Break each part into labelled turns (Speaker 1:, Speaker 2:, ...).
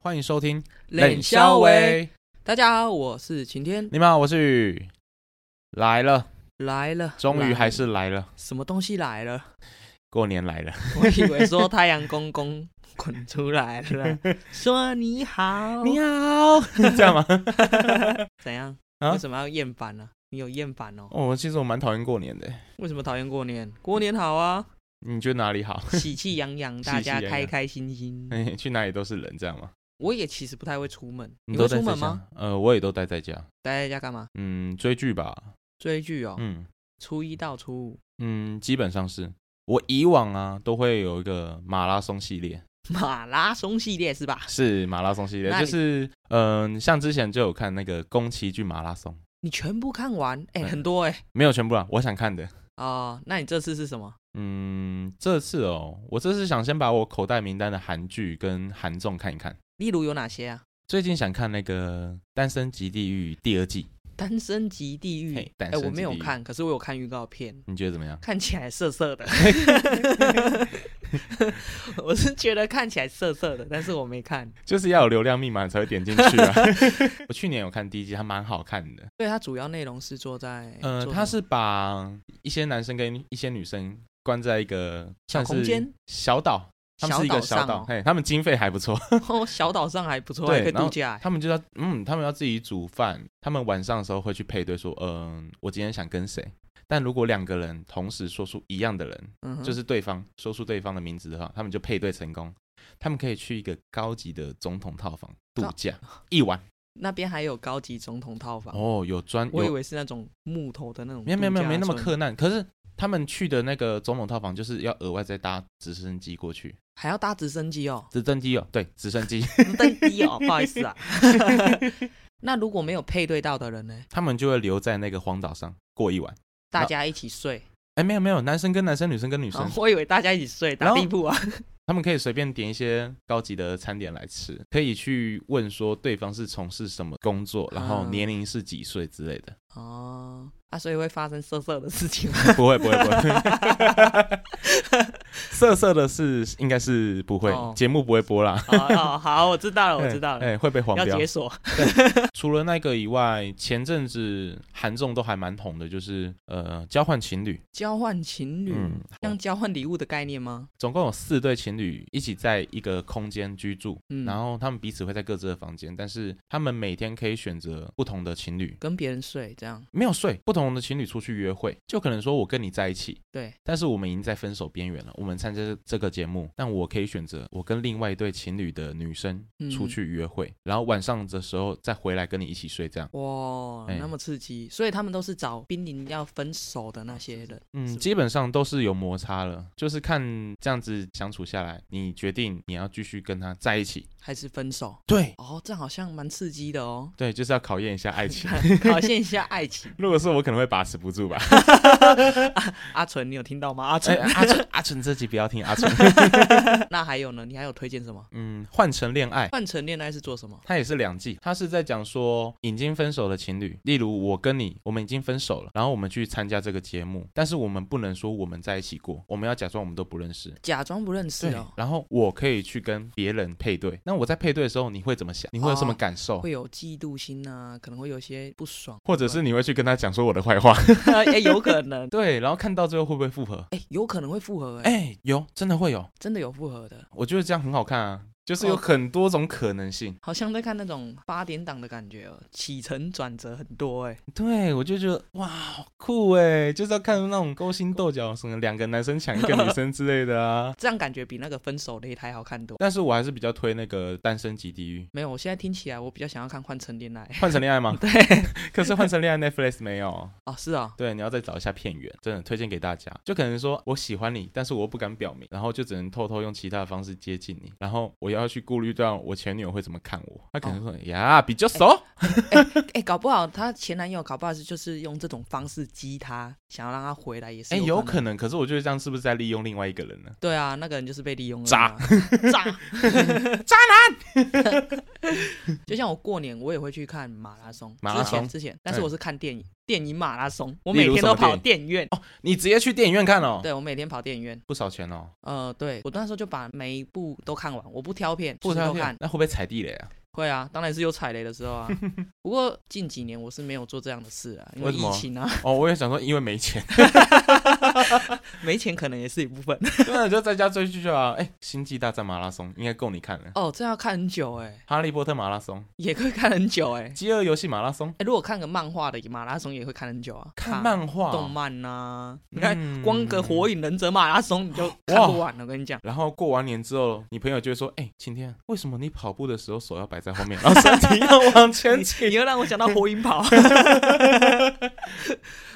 Speaker 1: 欢迎收听
Speaker 2: 冷肖维，，大家好，我是晴天，
Speaker 1: 你们好，我是雨，来了，
Speaker 2: 来了，
Speaker 1: 终于
Speaker 2: 来
Speaker 1: 还是来了，
Speaker 2: 什么东西来了？
Speaker 1: 过年来了，
Speaker 2: 我以为说太阳公公滚出来 了，说你好，
Speaker 1: 你 好，这样吗？
Speaker 2: 怎样？
Speaker 1: 啊
Speaker 2: 为什么要厌烦呢、你有厌烦哦？
Speaker 1: 哦，其实我蛮讨厌过年的，
Speaker 2: 为什么讨厌过年？过年好啊，
Speaker 1: 你觉得哪里 好？
Speaker 2: 喜气洋洋，大
Speaker 1: 喜
Speaker 2: 家
Speaker 1: 气洋洋
Speaker 2: 开开心心。
Speaker 1: 哎，去哪里都是人，这样吗？
Speaker 2: 我也其实不太会出门，
Speaker 1: 你
Speaker 2: 会
Speaker 1: 都
Speaker 2: 出
Speaker 1: 待在
Speaker 2: 门
Speaker 1: 家
Speaker 2: 吗？？
Speaker 1: 呃，我也都待在家，
Speaker 2: 待在家干嘛？
Speaker 1: 嗯，追剧吧，
Speaker 2: 追剧哦。
Speaker 1: 嗯
Speaker 2: 初一到初五，
Speaker 1: 嗯，基本上是我以往啊都会有一个马拉松系列，
Speaker 2: 马拉松系列是吧？
Speaker 1: 是马拉松系列，
Speaker 2: 那
Speaker 1: 就
Speaker 2: 你
Speaker 1: 是嗯、像之前就有看那个宫崎骏马拉松，
Speaker 2: 你全部看完，哎、
Speaker 1: 嗯
Speaker 2: 很多哎、
Speaker 1: 没有全部啊，我想看的。
Speaker 2: 哦，那你这次是什么？
Speaker 1: 嗯，这次哦，我这次想先把我口袋名单的韩剧跟韩综看一看。
Speaker 2: 例如有哪些啊？
Speaker 1: 最近想看那个《单身即地狱》第二季，
Speaker 2: 单身级地狱
Speaker 1: 嘿，
Speaker 2: 哎、
Speaker 1: 单身
Speaker 2: 我没有
Speaker 1: 级地狱
Speaker 2: 看，可是我有看预告片，
Speaker 1: 你觉得怎么样？
Speaker 2: 看起来色色的。 我是觉得看起来色色的，但是我没看。
Speaker 1: 就是要有流量密码才会点进去啊。 我去年有看第一季，还蛮好看的。
Speaker 2: 对，它主要内容是做在，
Speaker 1: 呃，
Speaker 2: 哎做
Speaker 1: 他
Speaker 2: 什
Speaker 1: 是
Speaker 2: 么
Speaker 1: 把一些男生跟一些女生关在一个
Speaker 2: 小
Speaker 1: 算是
Speaker 2: 空间小
Speaker 1: 小岛，他们是一个小
Speaker 2: 岛
Speaker 1: 岛，
Speaker 2: 上
Speaker 1: 嘿，他们经费还不错，
Speaker 2: 哦，小岛上还不错，
Speaker 1: 对
Speaker 2: 还可以
Speaker 1: 然后
Speaker 2: 度假欸。
Speaker 1: 他们就要嗯，他们要自己煮饭，他们晚上的时候会去配对说，嗯、我今天想跟谁。但如果两个人同时说出一样的人，
Speaker 2: 嗯哼，
Speaker 1: 就是对方说出对方的名字的话，他们就配对成功。他们可以去一个高级的总统套房度
Speaker 2: 高
Speaker 1: 假一晚。
Speaker 2: 那边还有高级总统套房，
Speaker 1: 哦，有专
Speaker 2: 我以
Speaker 1: 有
Speaker 2: 为是那种木头的那种度
Speaker 1: 没有
Speaker 2: 假村。
Speaker 1: 没有没有没那么苛难，可是他们去的那个总统套房就是要额外再搭直升机过去，
Speaker 2: 还要搭直升机哦，
Speaker 1: 直升机哦，对，直升 机，
Speaker 2: 直升机 哦，不好意思啊。 那如果没有配对到的人呢？
Speaker 1: 他们就会留在那个荒岛上过一晚。
Speaker 2: 大
Speaker 1: 那
Speaker 2: 家一起睡，
Speaker 1: 哎，没有没有，男生跟男生，女生跟女生，
Speaker 2: 哦我以为大家一起睡
Speaker 1: 然
Speaker 2: 打
Speaker 1: 后
Speaker 2: 地 铺啊。
Speaker 1: 他们可以随便点一些高级的餐点来吃，可以去问说对方是从事什么工作，然后
Speaker 2: 嗯
Speaker 1: 年龄是几岁之类的。
Speaker 2: 哦，啊，所以会发生色色的事情吗。
Speaker 1: 不会不会 不会，色色的是应该是不会
Speaker 2: 哦，
Speaker 1: 节目不会播啦。
Speaker 2: 哦 哦， 好，我知道了，我知道 了，
Speaker 1: 哎，哎会被黄
Speaker 2: 要
Speaker 1: 标
Speaker 2: 解。锁。
Speaker 1: 除了那个以外，前阵子韩综都还蛮红的，就是呃交换情侣，
Speaker 2: 交换情侣，
Speaker 1: 嗯，
Speaker 2: 像交换礼物的概念吗？
Speaker 1: 总共有四对情侣一起在一个空间居住，
Speaker 2: 嗯，
Speaker 1: 然后他们彼此会在各自的房间，但是他们每天可以选择不同的情侣，
Speaker 2: 跟别人睡这样，
Speaker 1: 没有睡，不同的情侣出去约会，就可能说我跟你在一起，
Speaker 2: 对，
Speaker 1: 但是我们已经在分手边缘了。我们参加这个节目，但我可以选择我跟另外一对情侣的女生
Speaker 2: 嗯
Speaker 1: 出去约会，然后晚上的时候再回来跟你一起睡，这样。
Speaker 2: 哇，
Speaker 1: 哎
Speaker 2: 那么刺激。所以他们都是找濒临要分手的那些人，是
Speaker 1: 嗯，
Speaker 2: 吧
Speaker 1: 基本上都是有摩擦了，就是看这样子相处下来，你决定你要继续跟他在一起。
Speaker 2: 还是分手？
Speaker 1: 对，
Speaker 2: 哦，这好像蛮刺激的哦
Speaker 1: 对，就是要考验一下爱 情。
Speaker 2: 考验一下爱情。
Speaker 1: 如果是我，可能会把持不住吧。
Speaker 2: 阿纯，你有听到吗？阿
Speaker 1: 哎
Speaker 2: 纯，
Speaker 1: 阿纯，阿纯这集不要听阿纯。
Speaker 2: 那还有呢？你还有推荐什么？
Speaker 1: 嗯，换成恋爱。
Speaker 2: 换成恋爱是做什么？
Speaker 1: 它也是两季，它是在讲说已经分手的情侣，例如我跟你，我们已经分手了，然后我们去参加这个节目，但是我们不能说我们在一起过，我们要假装我们都不认识。
Speaker 2: 假装不认识哦，
Speaker 1: 然后我可以去跟别人配对，那我在配对的时候，你会怎么想？你会有什么感受？
Speaker 2: 会有嫉妒心啊，可能会有些不 爽，
Speaker 1: 或者是你会去跟他讲说我的坏话？
Speaker 2: 哎、有可能。
Speaker 1: 对，然后看到最后会不会复合？
Speaker 2: 哎、有可能会复合、哎、
Speaker 1: 哎、有，真的会有，
Speaker 2: 真的有复合的，
Speaker 1: 我觉得这样很好看啊，就是有
Speaker 2: 哦
Speaker 1: 很多种可能性。
Speaker 2: 好像在看那种八点档的感觉哦，起承转折很多、哎，
Speaker 1: 对，我就觉得哇，好酷哎，就是要看那种勾心斗角，什么两个男生抢一个女生之类的啊。
Speaker 2: 这样感觉比那个分手擂台好看多。
Speaker 1: 但是我还是比较推那个《单身即地狱
Speaker 2: 没有，我现在听起来我比较想要看《换成恋爱》》
Speaker 1: 换成恋爱吗？
Speaker 2: 对，
Speaker 1: 可是换成恋爱 Netflix 没有。
Speaker 2: 哦，是 啊、
Speaker 1: 对，你要再找一下片源，真的推荐给大家。就可能说我喜欢你，但是我又不敢表明，然后就只能偷偷用其他的方式接近你，然后我要去顾虑到我前女友会怎么看我。她可能
Speaker 2: 哦
Speaker 1: 说、呀，比较熟，
Speaker 2: 哎、搞不好她前男友搞不好是就是用这种方式激她，想要让她回来也是
Speaker 1: 哎、有
Speaker 2: 可
Speaker 1: 可能。可是我觉得这样是不是在利用另外一个人呢？
Speaker 2: 对啊，那个人就是被利用了
Speaker 1: 渣
Speaker 2: 嘛，渣渣 男。就像我过年，我也会去看马拉松，
Speaker 1: 马拉松
Speaker 2: 之前之前，但是我是看电影，电影马拉松，我
Speaker 1: 例
Speaker 2: 每
Speaker 1: 如
Speaker 2: 天
Speaker 1: 什么
Speaker 2: 都跑
Speaker 1: 电影
Speaker 2: 电影院。
Speaker 1: 你直接去电影院看哦，
Speaker 2: 对，我每天跑电影院。
Speaker 1: 不少钱哦，
Speaker 2: 呃，对我那时候就把每一部都看完，我不挑片，
Speaker 1: 不
Speaker 2: 就是
Speaker 1: 少
Speaker 2: 都
Speaker 1: 钱
Speaker 2: 看。，
Speaker 1: 那会不会踩地雷啊？
Speaker 2: 会啊，当然是有踩雷的时候 啊。不过近几年我是没有做这样的事啊，因
Speaker 1: 为什
Speaker 2: 疫
Speaker 1: 么
Speaker 2: 情啊，
Speaker 1: 哦，我也想说，因为没 钱，
Speaker 2: 没钱可能也是一部 分。
Speaker 1: 真的啊就在家追剧就好。哎，《星际大战》马拉松应该够你看了，《
Speaker 2: 哦，这要看很久哎、
Speaker 1: 哈利波特》马拉松，
Speaker 2: 也会看很久哎、
Speaker 1: 《饥饿游戏》马拉松，
Speaker 2: 哎，如果看个漫画的马拉松也会看很久啊，
Speaker 1: 看、漫画、
Speaker 2: 动漫呐、你看、
Speaker 1: 哦嗯
Speaker 2: 光个《火影忍者》马拉松你就看不完了，我跟你讲。
Speaker 1: 然后过完年之后，你朋友就会说：“哎、晴天，为什么你跑步的时候手要摆在后面，然后身体要往前
Speaker 2: 你 你又让我想到火 影跑，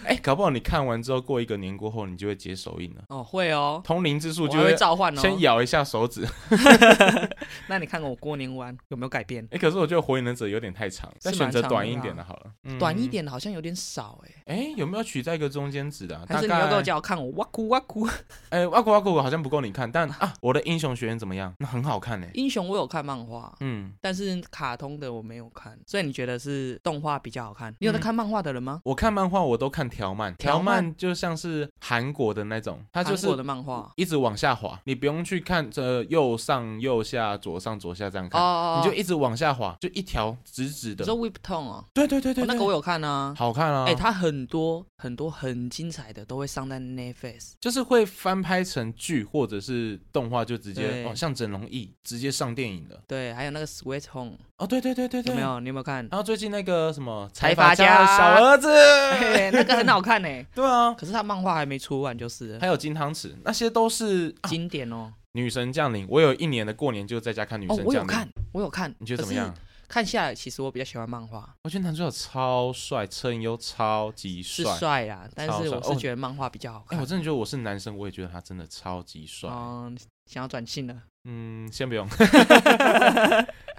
Speaker 1: 哎、搞不好你看完之后，过一个年过后，你就会解手印了。
Speaker 2: 哦，会哦，
Speaker 1: 通灵之术
Speaker 2: 我
Speaker 1: 就
Speaker 2: 还会召唤哦。
Speaker 1: 先咬一下手指。 哎、
Speaker 2: 那你看看我过年玩有没有改变？
Speaker 1: 哎可是我觉得火影忍者有点太长，再
Speaker 2: 是
Speaker 1: 选
Speaker 2: 蛮
Speaker 1: 择
Speaker 2: 长
Speaker 1: 短
Speaker 2: 的
Speaker 1: 一
Speaker 2: 啦
Speaker 1: 点的好了。嗯
Speaker 2: 短一。点的好像有点少哎、
Speaker 1: 哎、有没有取在一个中间值的、啊？
Speaker 2: 还是你
Speaker 1: 大概
Speaker 2: 要给我叫我看我哇哭哇 哭。
Speaker 1: 哎、哇酷哇酷好像不够你看，但啊，我的英雄学院怎么样？那很好看呢、
Speaker 2: 英雄我有看漫画，
Speaker 1: 嗯，
Speaker 2: 但是卡通的我没有看，所以你觉得是动画比较好
Speaker 1: 嗯
Speaker 2: 看？你有在看漫画的人吗？
Speaker 1: 我看漫画我都看条漫，
Speaker 2: 条
Speaker 1: 条
Speaker 2: 漫
Speaker 1: 漫就像是韩国的那种，它
Speaker 2: 韩
Speaker 1: 就是
Speaker 2: 国的漫画
Speaker 1: 一直往下滑，你不用去看这右上、右下、左上、左下这样看，
Speaker 2: 哦，
Speaker 1: 你就一直往下滑，就一条直直
Speaker 2: 你
Speaker 1: 的。
Speaker 2: 说 Whip t o n 哦，
Speaker 1: 对对对对
Speaker 2: 哦那个
Speaker 1: 对
Speaker 2: 我有看啊。
Speaker 1: 好看啊！
Speaker 2: 哎，它很多很多很精彩的都会上在 Netflix，
Speaker 1: 就是会翻拍成剧或者是动画，就直接
Speaker 2: 对
Speaker 1: 哦，像整容艺直接上电影了。
Speaker 2: 对，还有那个 Sweet Home
Speaker 1: 哦，对对对对
Speaker 2: 有
Speaker 1: 对，
Speaker 2: 没。有？你有没有 看？
Speaker 1: 然后最近那个什么
Speaker 2: 财
Speaker 1: 阀
Speaker 2: 阀
Speaker 1: 家的
Speaker 2: 家
Speaker 1: 小儿子，
Speaker 2: 嘿哎那个很好看 呢，
Speaker 1: 对啊，
Speaker 2: 可是它漫画还没出完就是了
Speaker 1: 还有金汤匙，那些都是、啊
Speaker 2: 经典哦。
Speaker 1: 女神降临。我有一年的过年就在家看女
Speaker 2: 哦
Speaker 1: 神，降临。
Speaker 2: 我有看，我有看，
Speaker 1: 你觉得
Speaker 2: 可
Speaker 1: 怎么样
Speaker 2: 是？看下来，其实我比较喜欢漫画，
Speaker 1: 我觉得男主角超帅，车银优超级
Speaker 2: 是
Speaker 1: 帅。
Speaker 2: 帅啦，但
Speaker 1: 超
Speaker 2: 是
Speaker 1: 帅
Speaker 2: 我
Speaker 1: 哦
Speaker 2: 是觉得漫画比较好
Speaker 1: 哎、
Speaker 2: 看
Speaker 1: 我。真的觉得我是男生，我也觉得他真的超级帅。
Speaker 2: 嗯，想要转性了。
Speaker 1: 嗯，先 不用。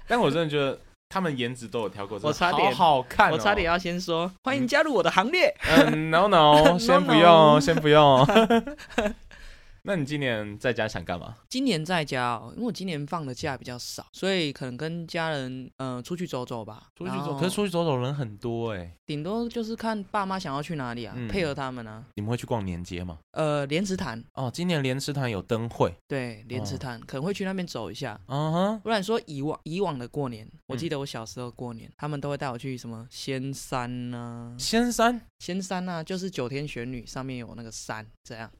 Speaker 1: 但我真的觉得他们颜值都有挑过，真的
Speaker 2: 我差点
Speaker 1: 好好看、哦，
Speaker 2: 我差点。要先说，欢迎加入我的行列。
Speaker 1: 嗯，no no，先不
Speaker 2: No, no
Speaker 1: 用，先不 用。那你今年在家想干嘛？
Speaker 2: 今年在家哦，因为我今年放的假比较少，所以可能跟家人嗯、呃出去走走吧。
Speaker 1: 出去
Speaker 2: 然
Speaker 1: 走，
Speaker 2: 后
Speaker 1: 可是出去走走人很多哎、
Speaker 2: 顶多就是看爸妈想要去哪里啊，
Speaker 1: 嗯
Speaker 2: 配合他们啊。
Speaker 1: 你们会去逛年街吗？
Speaker 2: 呃，莲池潭，
Speaker 1: 哦，今年莲池潭有灯会，
Speaker 2: 对，莲
Speaker 1: 哦
Speaker 2: 池潭、可能会去那边走一下。
Speaker 1: 嗯哼，
Speaker 2: 不然说以往以往的过年，
Speaker 1: 嗯
Speaker 2: 我记得我小时候过年，他们都会带我去什么仙山呐、
Speaker 1: 仙山
Speaker 2: 仙山呐、就是九天玄女上面有那个山这样，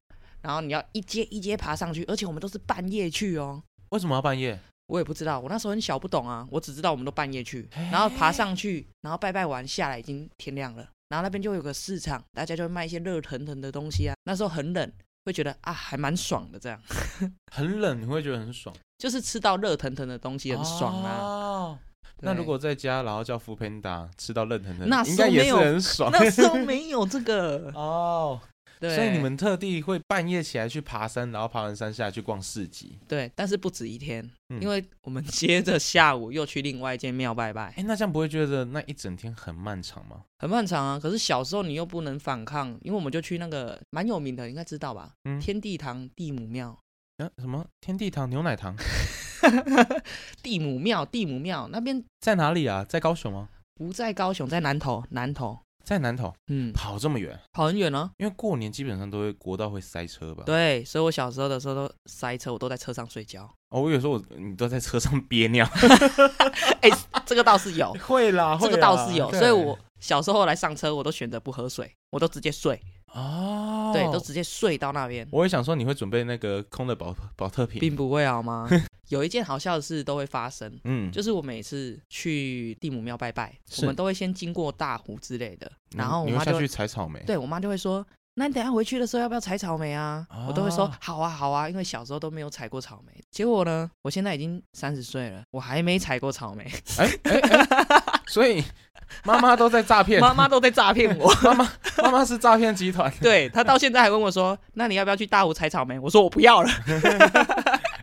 Speaker 2: 然后你要一阶一阶爬上去，而且我们都是半夜去哦。
Speaker 1: 为什么要半夜？
Speaker 2: 我也不知道，我那时候很小不懂啊，我只知道我们都半夜去
Speaker 1: 嘿，
Speaker 2: 然后爬上去，然后拜拜完下来已经天亮了，然后那边就有个市场，大家就会卖一些热腾腾的东西啊。那时候很冷，会觉得啊还蛮爽的，这样
Speaker 1: 很冷，你会觉得很爽，
Speaker 2: 就是吃到热腾腾的东西很爽啊。
Speaker 1: 哦
Speaker 2: 对
Speaker 1: 那如 果在家，然后叫 f o o Panda 吃到热腾腾，
Speaker 2: 那
Speaker 1: 应
Speaker 2: 时
Speaker 1: 该
Speaker 2: 候
Speaker 1: 也
Speaker 2: 没
Speaker 1: 是
Speaker 2: 有
Speaker 1: 很爽。
Speaker 2: 那时候没有这个，
Speaker 1: 哦，
Speaker 2: 对，
Speaker 1: 所以你们特地会半夜起来去爬山，然后爬完山下来去逛市集。
Speaker 2: 对，但是不止一天，
Speaker 1: 嗯
Speaker 2: 因为我们接着下午又去另外一间庙拜拜，
Speaker 1: 哎，那这样不会觉得那一整天很漫长吗？
Speaker 2: 很漫长啊。可是小时候你又不能反抗，因为我们就去那个蛮有名的，应该知道吧？
Speaker 1: 嗯
Speaker 2: 天地堂地母庙。
Speaker 1: 啊，什么天地堂、牛奶堂
Speaker 2: 地母庙，地母庙那边
Speaker 1: 在哪里啊？在高雄吗？
Speaker 2: 不在高雄，在南投，南投，
Speaker 1: 在南投，
Speaker 2: 嗯，
Speaker 1: 跑这么远，
Speaker 2: 跑很远哦。
Speaker 1: 因为过年基本上都会国道会塞车吧？。
Speaker 2: 对，所以我小时候的时候都塞车，我都在车上睡觉。
Speaker 1: 哦，我有时候我你都在车上憋 尿。
Speaker 2: 啊这个倒是有，
Speaker 1: 会啦，
Speaker 2: 这个倒是有，
Speaker 1: 对
Speaker 2: 所以我小时候后来上车，我都选择不喝水，我都直接睡，
Speaker 1: 哦，
Speaker 2: 对，都直接睡到那边，
Speaker 1: 我也想说你会准备那个空的保保特瓶，
Speaker 2: 并不会啊好吗？ 有一件好笑的事都会发生。
Speaker 1: 嗯，
Speaker 2: 就是我每次去地母庙拜拜，
Speaker 1: 是
Speaker 2: 我们都会先经过大湖之类的，
Speaker 1: 你
Speaker 2: 然后我
Speaker 1: 你会
Speaker 2: 妈就
Speaker 1: 下
Speaker 2: 会
Speaker 1: 去采草莓，，
Speaker 2: 对我妈就会说：“那你等一下回去的时候要不要采草莓啊？”我都会说
Speaker 1: 啊：“
Speaker 2: 好啊，好啊。”因为小时候都没有采过草莓。结果呢，我现在已经三十岁了，我还没采过草莓，
Speaker 1: 哎哎哎， 所以妈妈都在诈骗，
Speaker 2: 妈妈都在诈骗 我。
Speaker 1: 妈妈妈妈是诈骗集团，
Speaker 2: 对她到现在还问我说：“那你要不要去大湖采草莓？”我说：“我不要了。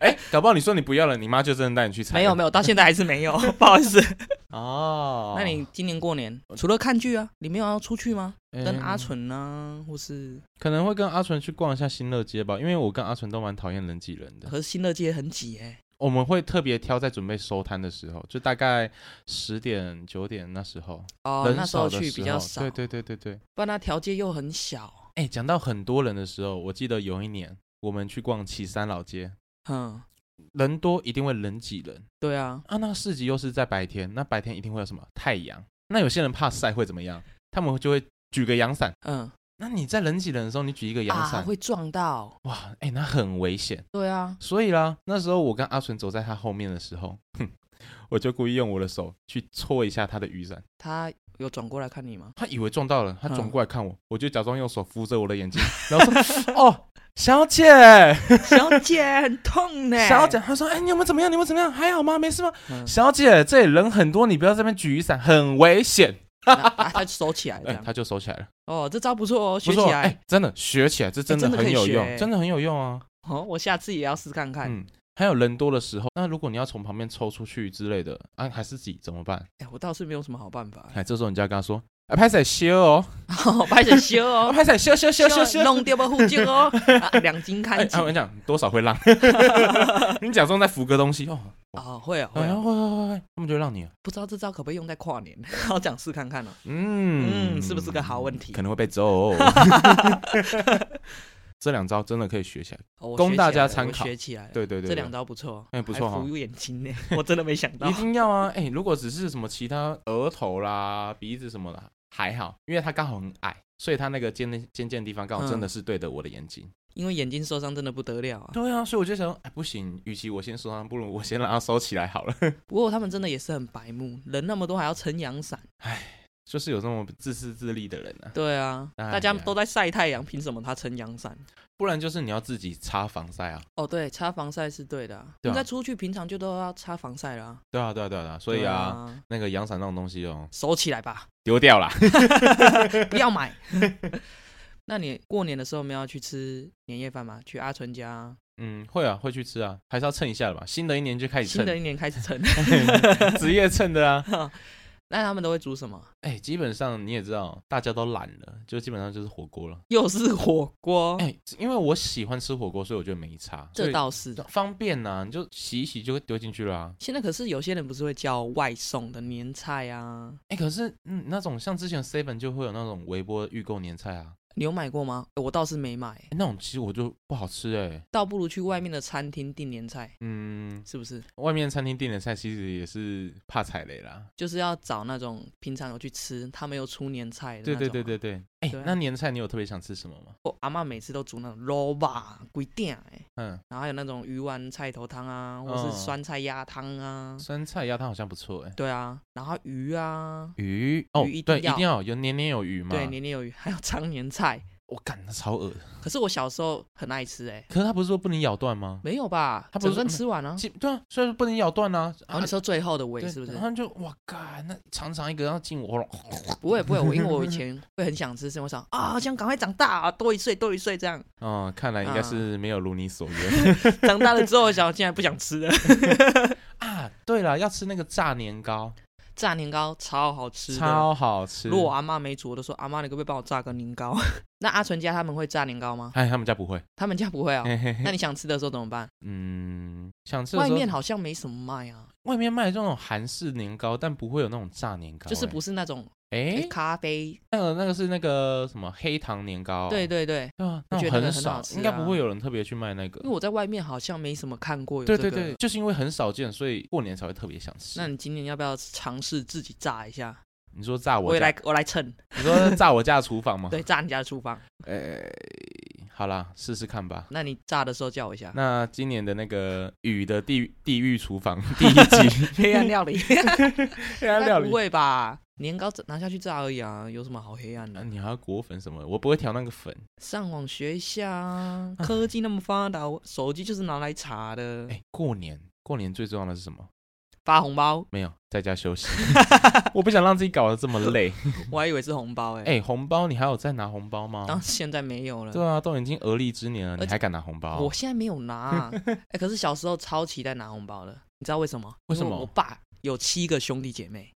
Speaker 1: 哎，搞不好你说你不要了，你妈就真的带你去”采，
Speaker 2: 没有没有，到现在还是没有， 不好意思。
Speaker 1: 哦，
Speaker 2: 那你今年过年除了看剧啊，你没有要出去吗？
Speaker 1: 嗯
Speaker 2: 跟阿纯呢，或是
Speaker 1: 可能会跟阿纯去逛一下新乐街吧，因为我跟阿纯都蛮讨厌人挤人的，
Speaker 2: 可是新乐街很挤哎，
Speaker 1: 我们会特别挑在准备收摊的时候，就大概十点九点那时候，
Speaker 2: 哦，那
Speaker 1: 人
Speaker 2: 时
Speaker 1: 少
Speaker 2: 候
Speaker 1: 的
Speaker 2: 去比较
Speaker 1: 候
Speaker 2: 少，
Speaker 1: 对对对对对。
Speaker 2: 不然它条街又很小，
Speaker 1: 哎、讲到很多人的时候，我记得有一年我们去逛旗山老街，
Speaker 2: 嗯，
Speaker 1: 人多一定会人挤人
Speaker 2: 对啊，
Speaker 1: 啊。那市集又是在白天，那白天一定会有什么太阳。那有些人怕晒会怎么样？他们就会举个阳伞。
Speaker 2: 嗯，
Speaker 1: 那你在人挤人的时候，你举一个阳伞，
Speaker 2: 啊会撞到，
Speaker 1: 哇，哎、那很危险。
Speaker 2: 对啊，
Speaker 1: 所以啦，那时候我跟阿纯走在他后面的时候，哼，我就故意用我的手去搓一下他的雨伞，
Speaker 2: 他有转过来看你 吗？
Speaker 1: 他以为撞到了，他转
Speaker 2: 嗯
Speaker 1: 过来看我，我就假装用手扶着我的眼睛，然后说：“ 哦，小姐，
Speaker 2: 小姐很痛呢，
Speaker 1: 小姐。”他说：“哎、你有没有怎么样？你有没有怎么样？还好吗？没事吗？”
Speaker 2: 嗯，
Speaker 1: 小姐，这里人很多，你不要在这边举雨伞，很危险。
Speaker 2: 那啊他就收起来这
Speaker 1: 哎、
Speaker 2: 样，
Speaker 1: 他就收起来了，
Speaker 2: 哦，这招不错哦，
Speaker 1: 不
Speaker 2: 学
Speaker 1: 错，
Speaker 2: 起
Speaker 1: 哎、
Speaker 2: 来，
Speaker 1: 真的学起来，这真的
Speaker 2: 真的可
Speaker 1: 很
Speaker 2: 以
Speaker 1: 有
Speaker 2: 学
Speaker 1: 用，
Speaker 2: 哎
Speaker 1: 真的很有用啊。
Speaker 2: 哦，我下次也要试看看。
Speaker 1: 嗯，还有人多的时候，那如果你要从旁边抽出去之类的，啊，还是自己怎么办？
Speaker 2: 哎，我倒是没有什么好办 法，
Speaker 1: 哎，这时候你就要跟他说：“啊，拍仔修哦，
Speaker 2: 哦拍手修
Speaker 1: 啊，
Speaker 2: 哦，
Speaker 1: 拍仔修 修修修修。”
Speaker 2: 弄掉不护颈 哦，啊两斤
Speaker 1: 哎
Speaker 2: 看，
Speaker 1: 啊
Speaker 2: 紧
Speaker 1: 我跟你讲，多少会让，你假装在扶个东西哦，
Speaker 2: 哦，会啊会
Speaker 1: 哎呀
Speaker 2: 啊，
Speaker 1: 会会会会，他们就会让你了。
Speaker 2: 不知道这招可不可以用在跨年， 我想试看看哦。
Speaker 1: 嗯
Speaker 2: 嗯是不是个好问题
Speaker 1: 可能会被 揍。哦这两招真的可以学起来，
Speaker 2: 哦我
Speaker 1: 供
Speaker 2: 学
Speaker 1: 大
Speaker 2: 起
Speaker 1: 家
Speaker 2: 来了
Speaker 1: 参
Speaker 2: 我
Speaker 1: 考
Speaker 2: 学起来了，
Speaker 1: 对对对，对
Speaker 2: 这两招不错，
Speaker 1: 哎不
Speaker 2: 还
Speaker 1: 错哈
Speaker 2: 浮于眼睛 呢，我真的没想到
Speaker 1: 一。定要啊！哎，如果只是什么其他额头啦、鼻子什么的还好，因为他刚好很矮，所以他那个尖尖尖的地方刚好真的是对着我的眼睛。
Speaker 2: 因为眼睛受伤真的不得了啊。
Speaker 1: 对啊，所以我就想，哎，不行，与其我先受伤，不如我先让它收起来好了。
Speaker 2: 不过他们真的也是很白目，人那么多还要撑阳伞。
Speaker 1: 就是有这么自私自利的人啊，
Speaker 2: 对啊，
Speaker 1: 哎呀
Speaker 2: 大家都在晒太阳，凭什么他撑阳伞？
Speaker 1: 不然就是你要自己擦防晒啊。
Speaker 2: 哦，对，擦防晒是对的、啊。
Speaker 1: 对啊
Speaker 2: 应该出去平常就都要擦防晒啦、
Speaker 1: 对啊，对啊，对啊，对啊所以
Speaker 2: 对
Speaker 1: 啊，，那个阳伞那种东西哦，
Speaker 2: 收起来吧，
Speaker 1: 丢掉啦。
Speaker 2: 不要买。 那你过年的时候没有要去吃年夜饭吗？去阿纯家，
Speaker 1: 嗯，会啊，会去吃啊，还是要蹭一下的吧。新的一年就开始
Speaker 2: 新的一
Speaker 1: 蹭，
Speaker 2: 年开始撑。
Speaker 1: 职业蹭的啊。
Speaker 2: 那他们都会煮什么？
Speaker 1: 哎、基本上你也知道，大家都懒了，就基本上就是火锅了。
Speaker 2: 又是火 锅，
Speaker 1: 哎、因为我喜欢吃火锅，所以我觉得没差，所
Speaker 2: 这
Speaker 1: 以
Speaker 2: 倒是。
Speaker 1: 方便呐、你就洗一洗就会丢进去了啊。
Speaker 2: 现在可是有些人不是会叫外送的年菜啊？
Speaker 1: 哎、可是嗯，那种像之前 seven 就会有那种微波预购年菜啊，
Speaker 2: 你有买过吗？我倒是没买，
Speaker 1: 哎那种其实我就不好吃哎、
Speaker 2: 倒不如去外面的餐厅订年菜，
Speaker 1: 嗯，
Speaker 2: 是不是？
Speaker 1: 外面餐厅订的菜其实也是怕踩雷啦。
Speaker 2: 就是要找那种平常有去吃，他们有出年菜的
Speaker 1: 对
Speaker 2: 那种啊。
Speaker 1: 对对对对，哎、
Speaker 2: 对啊
Speaker 1: 那年菜你有特别想吃什么吗？
Speaker 2: 我阿嬷每次都煮那种肉吧鬼店哎，
Speaker 1: 嗯，
Speaker 2: 然后还有那种鱼丸菜头汤啊，或
Speaker 1: 嗯
Speaker 2: 是酸菜鸭汤啊，
Speaker 1: 酸菜鸭汤好像不错哎、
Speaker 2: 对啊，然后鱼啊，
Speaker 1: 鱼哦，
Speaker 2: 鱼一定
Speaker 1: 对，一
Speaker 2: 要
Speaker 1: 定要有年年有余嘛。
Speaker 2: 对，年年有余， 还有常年菜。
Speaker 1: 我干，那超恶的。
Speaker 2: 可是我小时候很爱吃哎、
Speaker 1: 可是他不是说不能咬断吗？
Speaker 2: 没有吧？
Speaker 1: 它不是嗯
Speaker 2: 整顿吃完啊？
Speaker 1: 其对啊，虽然说不能咬断啊，
Speaker 2: 然后你说最后的尾
Speaker 1: 对
Speaker 2: 是不是
Speaker 1: 然？后就哇干，那长长一个要进我 喉咙，
Speaker 2: 不会不会，我因为我以前 会很想吃，所以我想啊，好想赶快长大啊，多一岁多一岁这样。
Speaker 1: 哦，看来应该是没有如你所愿
Speaker 2: 长大了之后，我想现在不想吃了。
Speaker 1: 啊。对了，要吃那个炸年糕，
Speaker 2: 炸年糕超好吃的，
Speaker 1: 超好吃。啊
Speaker 2: 如果我阿妈没煮，我都说阿妈，你可不可以帮我炸个年糕？ 那阿纯家他们会炸年糕吗？
Speaker 1: 哎，他们家不会。
Speaker 2: 他们家不会啊、
Speaker 1: 嘿嘿嘿
Speaker 2: 那你想吃的时候怎么办？
Speaker 1: 嗯，想吃的
Speaker 2: 外
Speaker 1: 时候
Speaker 2: 面好像没什么卖啊，
Speaker 1: 外面卖这种韩式年糕，但不会有那种炸年糕欸，
Speaker 2: 就是不是那种、
Speaker 1: 哎
Speaker 2: 欸、咖啡。
Speaker 1: 那个那个是那个什么黑糖年糕，
Speaker 2: 对对对，
Speaker 1: 对啊，
Speaker 2: 我
Speaker 1: 那
Speaker 2: 觉
Speaker 1: 种
Speaker 2: 得那个很
Speaker 1: 少
Speaker 2: 好，吃
Speaker 1: 应该不
Speaker 2: 啊
Speaker 1: 会有人特别去卖那个
Speaker 2: 因为。我在外面好像没什么看过有这
Speaker 1: 对
Speaker 2: 个。
Speaker 1: 对对，就是因为很少见，所以过年才会特别想吃。
Speaker 2: 那你今年要不要尝试自己炸一下？
Speaker 1: 你说炸
Speaker 2: 我
Speaker 1: 我哦
Speaker 2: 也来
Speaker 1: 家，，
Speaker 2: 我来蹭，
Speaker 1: 你 说炸我家的厨房吗？
Speaker 2: 对，炸你家的厨房。
Speaker 1: 呃，好啦，试试看吧。
Speaker 2: 那你炸的时候叫我一下。
Speaker 1: 那今年的那个雨的地狱地狱厨房第一 集，
Speaker 2: 黑暗料理，
Speaker 1: 黑暗料
Speaker 2: 应该
Speaker 1: 理
Speaker 2: 不，会吧？年糕拿下去炸而已啊，有什么好黑暗
Speaker 1: 啊
Speaker 2: 的？
Speaker 1: 你还要裹粉什么的？我不会调那个粉。
Speaker 2: 上网学一 下啊，科技那么发达，我手机就是拿来查的。
Speaker 1: 哎，过年过年最重要的是什么？
Speaker 2: 发红包，
Speaker 1: 没有，在家休息。 我不想让自己搞得这么累。
Speaker 2: 我还以为是红包哎、欸，
Speaker 1: 哎，红包你还有在拿红包吗？
Speaker 2: 当现在没有了。
Speaker 1: 对啊，都已经而立之年了，
Speaker 2: 而
Speaker 1: 你
Speaker 2: 且
Speaker 1: 还敢拿红包？
Speaker 2: 我现在没有 拿、啊，哎、可是小时候超期待拿红包的，你知道为什么？
Speaker 1: 为什么
Speaker 2: 因我爸有七个兄弟姐妹，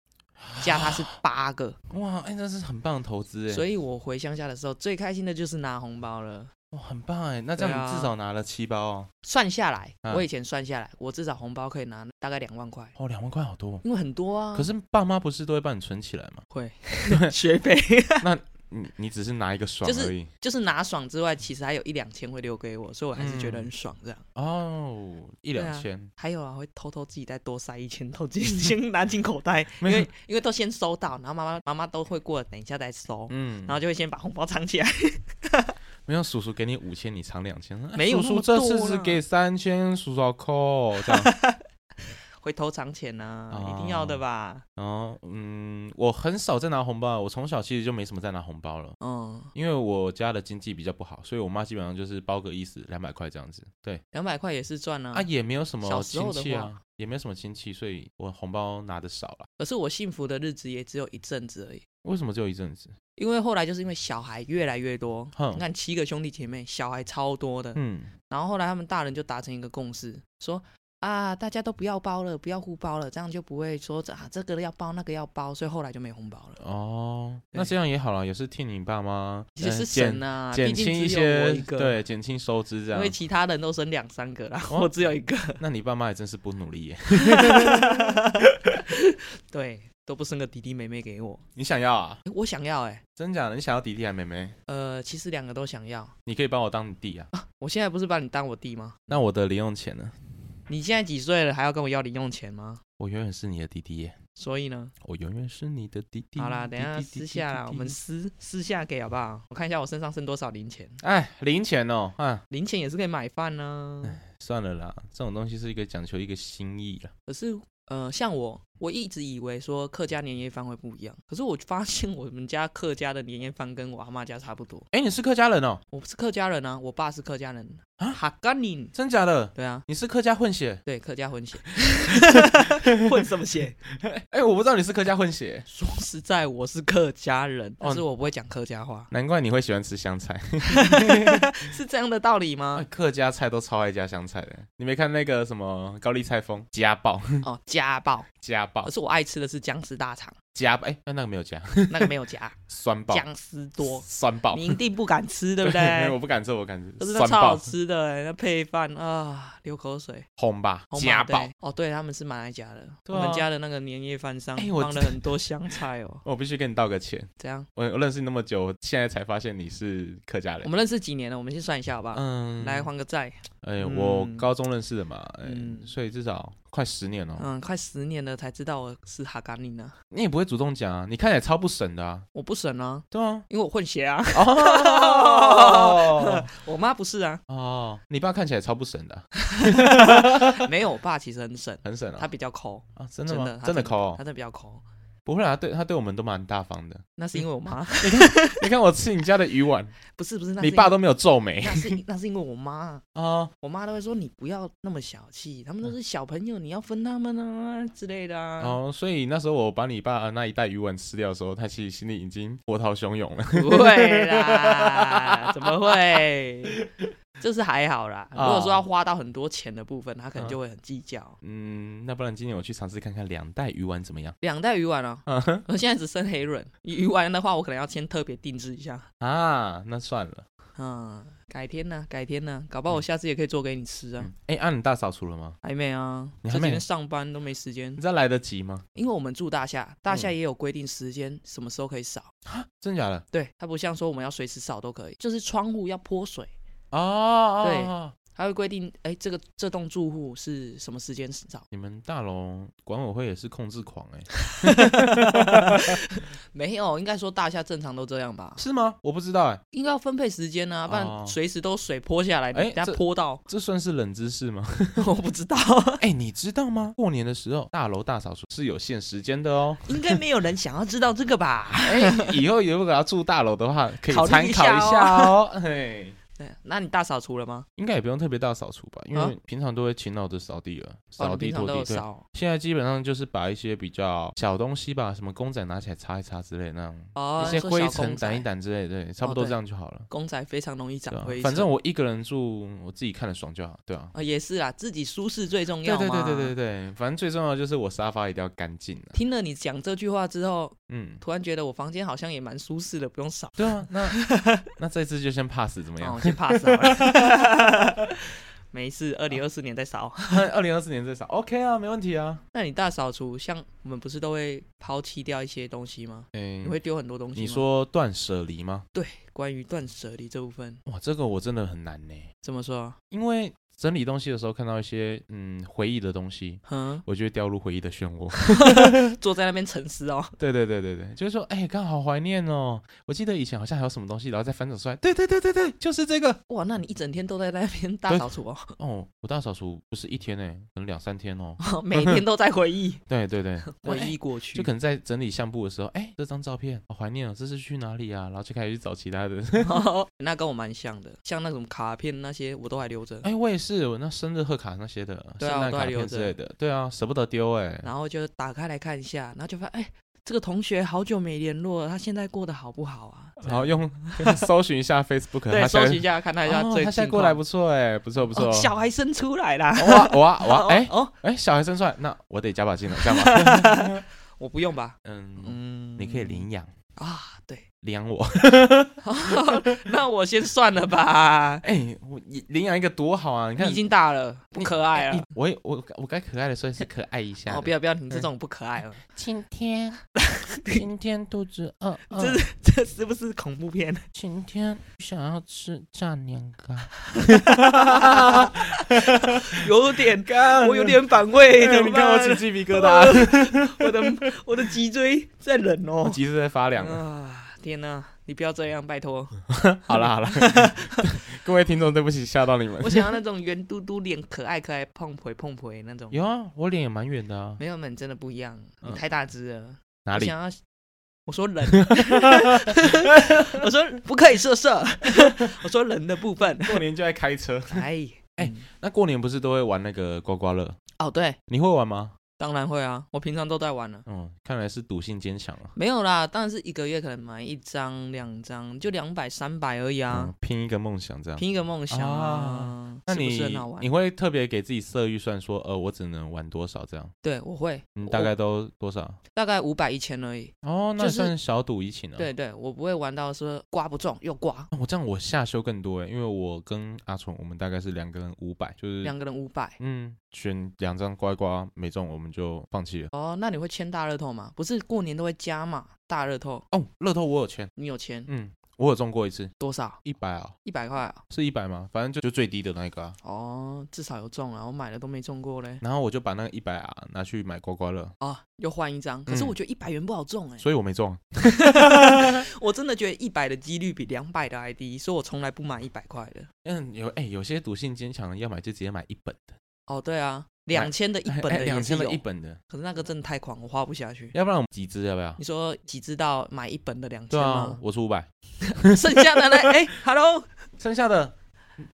Speaker 2: 加他是
Speaker 1: 啊
Speaker 2: 八个，
Speaker 1: 哇，哎、那是很棒的投资哎。
Speaker 2: 所
Speaker 1: 以
Speaker 2: 以我回乡下的时候最开心的就是拿红包了。
Speaker 1: 哦，很棒哎，那这
Speaker 2: 对
Speaker 1: 样
Speaker 2: 啊
Speaker 1: 你至少拿了七包哦，
Speaker 2: 算下来，
Speaker 1: 嗯
Speaker 2: 我以前算下来，我至少红包可以拿大概两万块，
Speaker 1: 哦，两万块好多。
Speaker 2: 因为很多啊。
Speaker 1: 可是爸妈不是都会帮你存起来吗？
Speaker 2: 会 学费，
Speaker 1: 你你只是拿一个爽
Speaker 2: 就是
Speaker 1: 而已。
Speaker 2: 就是拿爽之外，其实还有一两千会留给我，所以我还是觉
Speaker 1: 嗯
Speaker 2: 得很爽这样。
Speaker 1: 哦，一
Speaker 2: 对啊
Speaker 1: 两千，
Speaker 2: 还有啊，会偷偷自己再多塞一千， 偷自己先拿进口袋，因
Speaker 1: 嗯没有
Speaker 2: 为因为都先收到，然后妈妈妈妈都会过，等一下再收，
Speaker 1: 嗯
Speaker 2: 然，后就会先把红包藏起来。
Speaker 1: 没有叔叔给你五千，你藏两千，哎
Speaker 2: 没有
Speaker 1: 叔
Speaker 2: 那
Speaker 1: 叔
Speaker 2: 么
Speaker 1: 这
Speaker 2: 多
Speaker 1: 次只
Speaker 2: 啦
Speaker 1: 给三千，叔叔好抠哦 这样。
Speaker 2: 会偷藏钱呐、
Speaker 1: 哦
Speaker 2: 一定要的吧？
Speaker 1: 然后嗯，我很少在拿红包，啊我从小其实就没什么在拿红包了。
Speaker 2: 嗯，
Speaker 1: 因为我家的经济比较不好，所以我妈基本上就是包个意思两百块这样子。对，
Speaker 2: 两百块也是赚啊
Speaker 1: 啊，也没有什么
Speaker 2: 小时
Speaker 1: 亲
Speaker 2: 候的
Speaker 1: 戚啊
Speaker 2: 话，
Speaker 1: 也没有什么亲戚，所以我红包拿的少了。
Speaker 2: 可是我幸福的日子也只有一阵子而已，
Speaker 1: 为什么只有一阵子？
Speaker 2: 因为后来就是因为小孩越来越多，
Speaker 1: 哼
Speaker 2: 你，看七个兄弟姐妹，小孩超多的，
Speaker 1: 嗯，
Speaker 2: 然后后来他们大人就达成一个共识，说啊，大家都不要包了，不要互包了，这样就不会说啊这个要包那个要包，所以后来就没红包了。
Speaker 1: 哦，那
Speaker 2: 对
Speaker 1: 这样也好了，也是替你爸妈
Speaker 2: 也
Speaker 1: 呃
Speaker 2: 是
Speaker 1: 减
Speaker 2: 省啊，
Speaker 1: 减
Speaker 2: 毕竟
Speaker 1: 轻
Speaker 2: 只有我
Speaker 1: 些，
Speaker 2: 一个，，
Speaker 1: 对，减轻收支这
Speaker 2: 因
Speaker 1: 样
Speaker 2: 为。其他人都生两三个啦，
Speaker 1: 哦
Speaker 2: 我只有一个，
Speaker 1: 那你爸妈也真是不努力耶，
Speaker 2: 对，都不生个弟弟妹妹给我，
Speaker 1: 你想要啊？
Speaker 2: 诶我想要哎、
Speaker 1: 真假的？你想要弟弟还妹妹？
Speaker 2: 呃，其实两个都想要。
Speaker 1: 你可以帮我当你弟 啊？
Speaker 2: 我现在不是把你当我弟吗？
Speaker 1: 那我的零用钱呢？
Speaker 2: 你现在几岁了，还要跟我要零用钱吗？
Speaker 1: 我永远是你的弟弟耶，
Speaker 2: 所以呢，
Speaker 1: 我永远是你的弟弟。
Speaker 2: 好啦，等一下
Speaker 1: 弟弟弟
Speaker 2: 私
Speaker 1: 弟
Speaker 2: 下啦，
Speaker 1: 弟
Speaker 2: 我
Speaker 1: 弟
Speaker 2: 们私私下给好不好？我看一下我身上剩多少零钱，
Speaker 1: 哎零钱哦，啊，
Speaker 2: 零钱也是可以买饭啊呢、
Speaker 1: 算了啦，这种东西是一个讲求一个心意啦。
Speaker 2: 可是，呃，像我，我一直以为说客家年夜饭会不一样，可是我发现我们家客家的年夜饭跟我阿妈家差不多。
Speaker 1: 哎、你是客家人哦？
Speaker 2: 我不是客家人啊，我爸是客家人啊，哈干宁，
Speaker 1: 真假的？
Speaker 2: 对啊，
Speaker 1: 你是客家混血？
Speaker 2: 对，客家混血， 混什么血？
Speaker 1: 哎、我不知道你是客家混血，
Speaker 2: 说实在，我是客家人，
Speaker 1: 哦
Speaker 2: 但是我不会讲客家话，
Speaker 1: 难怪你会喜欢吃香菜。
Speaker 2: 是这样的道理
Speaker 1: 啊
Speaker 2: 吗？
Speaker 1: 客家菜都超爱加香菜的，你没看那个什么高丽菜风家暴
Speaker 2: 哦，家暴。
Speaker 1: 家暴
Speaker 2: 可是我爱吃的是姜丝大 肠，
Speaker 1: 家暴？哎、那个没有加
Speaker 2: 那个没有加，
Speaker 1: 酸爆
Speaker 2: 姜丝多，
Speaker 1: 酸 爆，
Speaker 2: 你一定不 敢吃，对不
Speaker 1: 没有我
Speaker 2: 对？
Speaker 1: 不敢吃，我不敢
Speaker 2: 可
Speaker 1: 吃
Speaker 2: 是那
Speaker 1: 酸
Speaker 2: 超好
Speaker 1: 爆
Speaker 2: 吃的欸，那配饭啊，流口水。
Speaker 1: 红吧
Speaker 2: 红
Speaker 1: 家
Speaker 2: 马
Speaker 1: 暴
Speaker 2: 对。哦，对，他们是马来家的，
Speaker 1: 对
Speaker 2: 我
Speaker 1: 啊
Speaker 2: 们家的那个年夜饭上
Speaker 1: 哎我
Speaker 2: 放了很多香菜哦。
Speaker 1: 我必须跟你道个歉，
Speaker 2: 怎样？
Speaker 1: 我我认识你那么久，我现在才发现你是客家
Speaker 2: 我
Speaker 1: 人。
Speaker 2: 们认识几年了？我们先算一下好不好？
Speaker 1: 嗯
Speaker 2: 来还个债，
Speaker 1: 哎、我
Speaker 2: 嗯
Speaker 1: 高中认识的嘛，哎、
Speaker 2: 嗯
Speaker 1: 所以至少快十年了、
Speaker 2: 嗯，快十年了才知道我是哈嘎尼呢，
Speaker 1: 你也不会主动讲啊，你看起来超不省的啊。
Speaker 2: 我不省啊，
Speaker 1: 对啊。
Speaker 2: 因为我混血啊，
Speaker 1: 哦
Speaker 2: 我妈不是啊，
Speaker 1: 哦，你爸看起来超不省的啊、
Speaker 2: 没有，我爸其实很省，
Speaker 1: 很省
Speaker 2: 他
Speaker 1: 啊。
Speaker 2: 比较抠，
Speaker 1: 啊，真的
Speaker 2: 真
Speaker 1: 吗？
Speaker 2: 的，他
Speaker 1: 真的抠、
Speaker 2: 他真的比较抠，
Speaker 1: 不会啦，啊他对他对我们都蛮大方的。
Speaker 2: 那是因为我妈，
Speaker 1: 你看我吃你家的鱼丸，
Speaker 2: 不是不 是，那是
Speaker 1: 哦你
Speaker 2: 因为
Speaker 1: 爸都没有皱眉
Speaker 2: 那是那是因为我妈，
Speaker 1: 啊。
Speaker 2: 我妈都会说你不要那么小气，他们都是小朋友，你要分他们啊之类的啊。
Speaker 1: 嗯哦，所以那时候我把你爸那一袋鱼丸吃掉的时候，他其实心里已经波涛汹涌了。
Speaker 2: 不会啦，怎么会？就是还好啦。如
Speaker 1: 啊
Speaker 2: 果说要花到很多钱的部分，他可能就会很计较。
Speaker 1: 嗯，那不然今年我去尝试看看两袋鱼丸怎么样？
Speaker 2: 两袋鱼丸哦，
Speaker 1: 嗯哼
Speaker 2: 我现在只剩黑润鱼丸的话，我可能要先特别定制一下。
Speaker 1: 啊，那算了。
Speaker 2: 嗯，改天呢，改天呢，搞不好我下次也可以做给你吃啊。
Speaker 1: 嗯哎、按、你大扫除了吗？
Speaker 2: 还没啊，
Speaker 1: 你
Speaker 2: 这
Speaker 1: 还
Speaker 2: 几
Speaker 1: 没
Speaker 2: 天上班都没时间
Speaker 1: 你，知道来得及吗？
Speaker 2: 因为我们住大厦，
Speaker 1: 嗯
Speaker 2: 大厦也有规定时间什么时候可以扫。
Speaker 1: 真假的？
Speaker 2: 对，它不像说我们要随时扫都可以，就是窗户要泼水。
Speaker 1: 哦哦，
Speaker 2: 对
Speaker 1: 哦
Speaker 2: 它会规定，哎，这个这栋住户是什么时间扫？
Speaker 1: 你们大楼管委会也是控制狂哎、
Speaker 2: 没有，应该说大厦正常都这样吧，
Speaker 1: 是吗？我不知道哎、
Speaker 2: 应该要分配时间啊，不
Speaker 1: 哦
Speaker 2: 然随时都水泼下来，
Speaker 1: 哎
Speaker 2: 你等下
Speaker 1: 这
Speaker 2: 泼到
Speaker 1: 这算是冷知识吗？
Speaker 2: 我不 知道，
Speaker 1: 哎、你知道吗？过年的时候大楼大扫除是有限时间的 哦。
Speaker 2: 应该没有人想要知道这个吧？
Speaker 1: 哎、以后如果要住大楼的话，可以
Speaker 2: 考虑
Speaker 1: 参考
Speaker 2: 一
Speaker 1: 一
Speaker 2: 下哦
Speaker 1: 下哦。 嘿，
Speaker 2: 对，啊那你大扫除了吗？
Speaker 1: 应该也不用特别大扫除吧，因
Speaker 2: 啊
Speaker 1: 为平常都会勤劳的扫地了，
Speaker 2: 哦，
Speaker 1: 扫
Speaker 2: 你
Speaker 1: 地
Speaker 2: 平常
Speaker 1: 拖
Speaker 2: 都
Speaker 1: 地。对，
Speaker 2: 有扫
Speaker 1: 现在基本上就是把一些比较小东西吧，什么公仔拿起来擦一擦之类的那样。
Speaker 2: 哦，
Speaker 1: 一些
Speaker 2: 说
Speaker 1: 灰
Speaker 2: 小
Speaker 1: 尘
Speaker 2: 公仔哦
Speaker 1: 掸一，掸之类的，对，差不多
Speaker 2: 对
Speaker 1: 这样就好了。
Speaker 2: 公仔非常容易
Speaker 1: 对
Speaker 2: 长
Speaker 1: 啊
Speaker 2: 灰尘，
Speaker 1: 反正我一个人住，我自己看得爽就好，对啊。
Speaker 2: 啊也是啦，自己舒适最重
Speaker 1: 对
Speaker 2: 要
Speaker 1: 对
Speaker 2: 嘛。
Speaker 1: 对对对对，反正最重要的就是我沙发一定要干净啊。
Speaker 2: 听了你讲这句话之后，
Speaker 1: 嗯，
Speaker 2: 突然觉得我房间好像也蛮舒适的，不用扫。
Speaker 1: 对啊，那那这次就先 pass 怎么样？
Speaker 2: 哦，先 pass 好了。没事，二零二四年再扫。
Speaker 1: 二零二四年最少 OK 啊，没问题啊。
Speaker 2: 那你大扫除，像我们不是都会抛弃掉一些东西吗？
Speaker 1: 嗯
Speaker 2: 你会丢很多东西吗？
Speaker 1: 你说断舍离吗？
Speaker 2: 对，关于断舍离这部分
Speaker 1: 哇，这个我真的很难呢，
Speaker 2: 怎么说？
Speaker 1: 因为整理东西的时候看到一些嗯回忆的东西。
Speaker 2: 嗯，
Speaker 1: 我就会掉入回忆的漩 涡。
Speaker 2: 坐在那边沉思哦。
Speaker 1: 对对对对对，就是说，哎、刚好怀念哦。我记得以前好像还有什么东西，然后再翻找出来。对对对对对，就是这个。
Speaker 2: 哇，那你一整天都在那边大
Speaker 1: 对
Speaker 2: 扫除哦，
Speaker 1: 哦，我大扫除不是一天呢，可能两三天哦。
Speaker 2: 每天都在回忆，
Speaker 1: 对对 对，
Speaker 2: 回
Speaker 1: 哎
Speaker 2: 忆过去。
Speaker 1: 就可能在整理相簿的时候，哎、这张照片好怀念哦，这是去哪里啊？然后就开始去找其他的。
Speaker 2: 那跟我蛮像的，像那种卡片那些我都还留着，
Speaker 1: 哎、我也是，我那生日贺卡那些的，
Speaker 2: 对啊
Speaker 1: 圣
Speaker 2: 我
Speaker 1: 诞
Speaker 2: 都还
Speaker 1: 卡
Speaker 2: 留
Speaker 1: 片
Speaker 2: 着
Speaker 1: 之类的，对啊，舍不得丢哎、
Speaker 2: 然后就打开来看一下，然后就发现哎。这个同学好久没联络了，他现在过得好不好啊？
Speaker 1: 然后用搜寻一下 Facebook，
Speaker 2: 对，
Speaker 1: 他
Speaker 2: 搜
Speaker 1: 现
Speaker 2: 集一
Speaker 1: 在
Speaker 2: 下，看他一下
Speaker 1: 哦
Speaker 2: 最
Speaker 1: 他现在
Speaker 2: 近
Speaker 1: 过来
Speaker 2: 况
Speaker 1: 不错哎、不错不错。
Speaker 2: 哦小孩生出来啦。
Speaker 1: 哇哇哇！哎
Speaker 2: 哦，
Speaker 1: 哎，小孩生出来，那我得加把劲了，这样吧。
Speaker 2: 我不用吧？
Speaker 1: 嗯，
Speaker 2: 嗯，
Speaker 1: 你可以领养
Speaker 2: 啊，对，
Speaker 1: 领养我。
Speaker 2: 那我先算了吧。
Speaker 1: 哎，我领养一个多好啊！你
Speaker 2: 你
Speaker 1: 看
Speaker 2: 已，经大了，不
Speaker 1: 你
Speaker 2: 可爱
Speaker 1: 哎
Speaker 2: 了。
Speaker 1: 我也我我该可爱的时候也是可爱一下的。
Speaker 2: 哦，不要不要，你这种不可爱了，
Speaker 1: 今 天今天肚子饿，饿
Speaker 2: 这是这是不是恐怖片？
Speaker 1: 今天想要吃炸年糕。
Speaker 2: 有点，
Speaker 1: 干
Speaker 2: 我有点反胃，怎么
Speaker 1: 你看我
Speaker 2: 办
Speaker 1: 起鸡皮疙瘩，
Speaker 2: 我的我的脊椎在冷
Speaker 1: 我
Speaker 2: 哦。
Speaker 1: 脊椎在发凉了。
Speaker 2: 啊，天哪！你不要这样，拜托！
Speaker 1: 好了好 了，各位听众，对不起，吓到你们
Speaker 2: 我。想要那种圆嘟嘟脸、可爱可爱、碰腿碰腿那种。
Speaker 1: 有啊，我脸也蛮圆的啊。
Speaker 2: 没有们真的不一样，你
Speaker 1: 嗯
Speaker 2: 太大只了。
Speaker 1: 哪
Speaker 2: 我
Speaker 1: 里？
Speaker 2: 想要，我 说人， 我说不可以色色， 我说人的部分。
Speaker 1: 过年就爱开车。
Speaker 2: 哎
Speaker 1: 哎
Speaker 2: 哎、
Speaker 1: 那过年不是都会玩那个刮刮乐？
Speaker 2: 哦对，
Speaker 1: 你会玩吗？
Speaker 2: 当然会啊，我平常都在玩了。
Speaker 1: 嗯，看来是赌性坚强啊。
Speaker 2: 没有啦，当然是一个月可能买一张、两张，就两百、三百而已啊
Speaker 1: 嗯，，拼一个梦想这样。
Speaker 2: 拼一个梦想啊
Speaker 1: 啊，那
Speaker 2: 是不
Speaker 1: 你
Speaker 2: 是很好玩
Speaker 1: 你？会特别给自己设预算说，呃，我只能玩多少这样？
Speaker 2: 对，我会，
Speaker 1: 你嗯大概都多少？
Speaker 2: 我大概五百一千而已。
Speaker 1: 哦，那
Speaker 2: 就
Speaker 1: 也
Speaker 2: 是
Speaker 1: 算小赌怡情啊。
Speaker 2: 对对，我不会玩到说刮不中又刮，
Speaker 1: 啊，我这样我下修更多哎，因为我跟阿纯我们大概是两个人五百，就是
Speaker 2: 两个人五百。
Speaker 1: 嗯，选两张刮一刮没中，我们就放弃了。
Speaker 2: 哦，那你会签大乐透吗？不是过年都会加嘛？大乐透
Speaker 1: 哦，乐透我有签，
Speaker 2: 你有签
Speaker 1: 嗯，我有中过一次，
Speaker 2: 多少？
Speaker 1: 一百啊，
Speaker 2: 一百块啊？
Speaker 1: 是一百吗？反正就就最低的那一个啊。
Speaker 2: 哦，至少有中啊，我买了都没中过嘞。
Speaker 1: 然后我就把那个一百啊拿去买刮刮乐，
Speaker 2: 哦，又换一张，可是
Speaker 1: 嗯
Speaker 2: 我觉得一百元不好中哎、
Speaker 1: 所以我没中。
Speaker 2: 我真的觉得一百的几率比两百的还低，所以我从来不买一百块的。
Speaker 1: 嗯，有哎、有些赌性坚强的，要买就直接买一本的，
Speaker 2: 哦，对啊，两千的一本
Speaker 1: 哎
Speaker 2: 的
Speaker 1: 两
Speaker 2: 也是
Speaker 1: 千
Speaker 2: 有，
Speaker 1: 的一本嗯啊的，
Speaker 2: 可是那个真的太狂，我花不下去。
Speaker 1: 要不然我们集资要不要
Speaker 2: 你？说几知道买一本的两千
Speaker 1: 对啊
Speaker 2: 吗，？
Speaker 1: 我出五百，
Speaker 2: 剩下的呢？哎、h e l l o
Speaker 1: 剩下的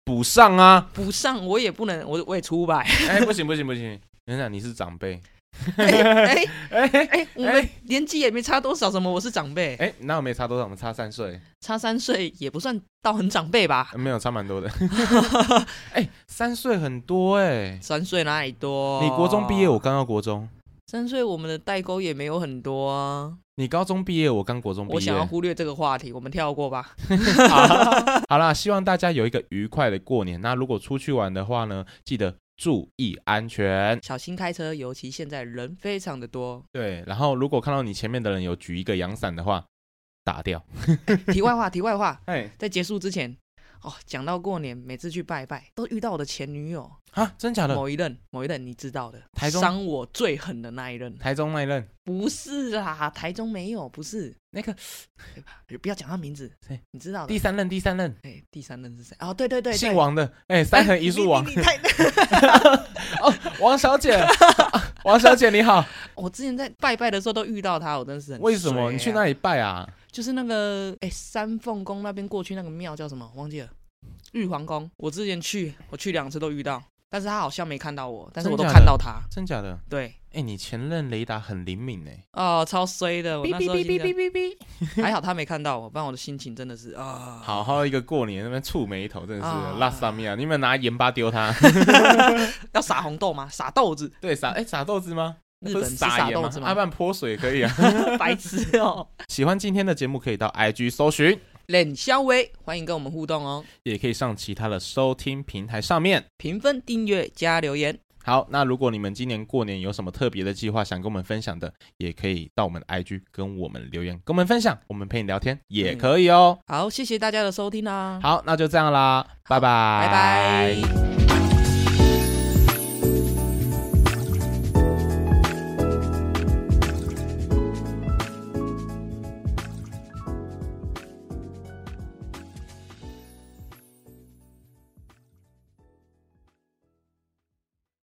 Speaker 1: 补上啊！
Speaker 2: 不上我也不能，我我也出五百。
Speaker 1: 哎、不行不行不行，人家你是长辈，
Speaker 2: 哎
Speaker 1: 哎
Speaker 2: 哎哎，我们年纪也没差多少，什么我是长辈，
Speaker 1: 哎、那我没差多少，我们差三岁，
Speaker 2: 差三岁也不算到很长辈吧？
Speaker 1: 呃没有差蛮 多的。哎、三岁很多哎、
Speaker 2: 三岁哪里多？
Speaker 1: 你国中毕业，我刚到国中；
Speaker 2: 三岁，我们的代沟也没有很多啊。
Speaker 1: 你高中毕业，我刚国中毕业。
Speaker 2: 我想要忽略这个话题，我们跳过吧。
Speaker 1: 好好啦，希望大家有一个愉快的过年。那如果出去玩的话呢，记得注意安全。
Speaker 2: 小心开车，尤其现在人非常的多。
Speaker 1: 对，然后如果看到你前面的人有举一个阳伞的话，打掉。
Speaker 2: 题外话，题外话，
Speaker 1: 哎，
Speaker 2: 在结束之前，哦，讲到过年，每次去拜拜都遇到我的前女友，
Speaker 1: 啊，真假的？
Speaker 2: 某一任，某一任你知道的，
Speaker 1: 台中
Speaker 2: 伤我最狠的那一任，
Speaker 1: 台中那一任
Speaker 2: 不是啦，台中没有，不是，哎
Speaker 1: 那 个
Speaker 2: 不要讲他名字
Speaker 1: 谁，
Speaker 2: 你知道的
Speaker 1: 第。三任第三任
Speaker 2: 哎，第三任是谁？哦，对对对，对
Speaker 1: 姓王的，哎，三
Speaker 2: 哎
Speaker 1: 横一
Speaker 2: 你
Speaker 1: 竖 王
Speaker 2: 你，你太
Speaker 1: 王小姐， 王小姐你好，
Speaker 2: 我之前在拜拜的时候都遇到他，我真的是很、
Speaker 1: 为什么你去？那里拜啊？
Speaker 2: 就是那个哎、三凤宫那边过去那个庙叫什么？忘记了，玉皇宫。我之前去，我去两次都遇到，但是他好像没看到我，但是我都
Speaker 1: 真假的
Speaker 2: 看到他。
Speaker 1: 真假的？
Speaker 2: 对，
Speaker 1: 哎，你前任雷达很灵敏哎，
Speaker 2: 哦，超衰的，我
Speaker 1: 哔
Speaker 2: 那
Speaker 1: 哔
Speaker 2: 时候
Speaker 1: 哔
Speaker 2: 心
Speaker 1: 哔哔
Speaker 2: 想
Speaker 1: 哔哔。
Speaker 2: 还好他没看到我，不然我的心情真的是啊。
Speaker 1: 好好一个过年，那边触眉头，真的
Speaker 2: 啊
Speaker 1: 是拉萨米亚，你们拿盐巴丢 他？
Speaker 2: 要撒红豆吗？撒豆子，
Speaker 1: 对，撒哎撒豆子吗？
Speaker 2: 日本是
Speaker 1: 撒
Speaker 2: 撒
Speaker 1: 盐
Speaker 2: 豆
Speaker 1: 吗
Speaker 2: 子？
Speaker 1: 阿
Speaker 2: 吗？
Speaker 1: 半泼水可以啊。
Speaker 2: 白痴哦、
Speaker 1: 喜欢今天的节目，可以到 IG 搜寻。
Speaker 2: 冷肖威，欢迎跟我们互动哦，
Speaker 1: 也可以上其他的收听平台上面。
Speaker 2: 评分、订阅、加留言。
Speaker 1: 好，那如果你们今年过年有什么特别的计划想跟我们分享的，也可以到我们的 IG 跟我们留言，跟我们分享，我们陪你聊天也可以哦。
Speaker 2: 好，谢谢大家的收听啦，
Speaker 1: 好，那就这样啦，拜拜，
Speaker 2: 拜拜。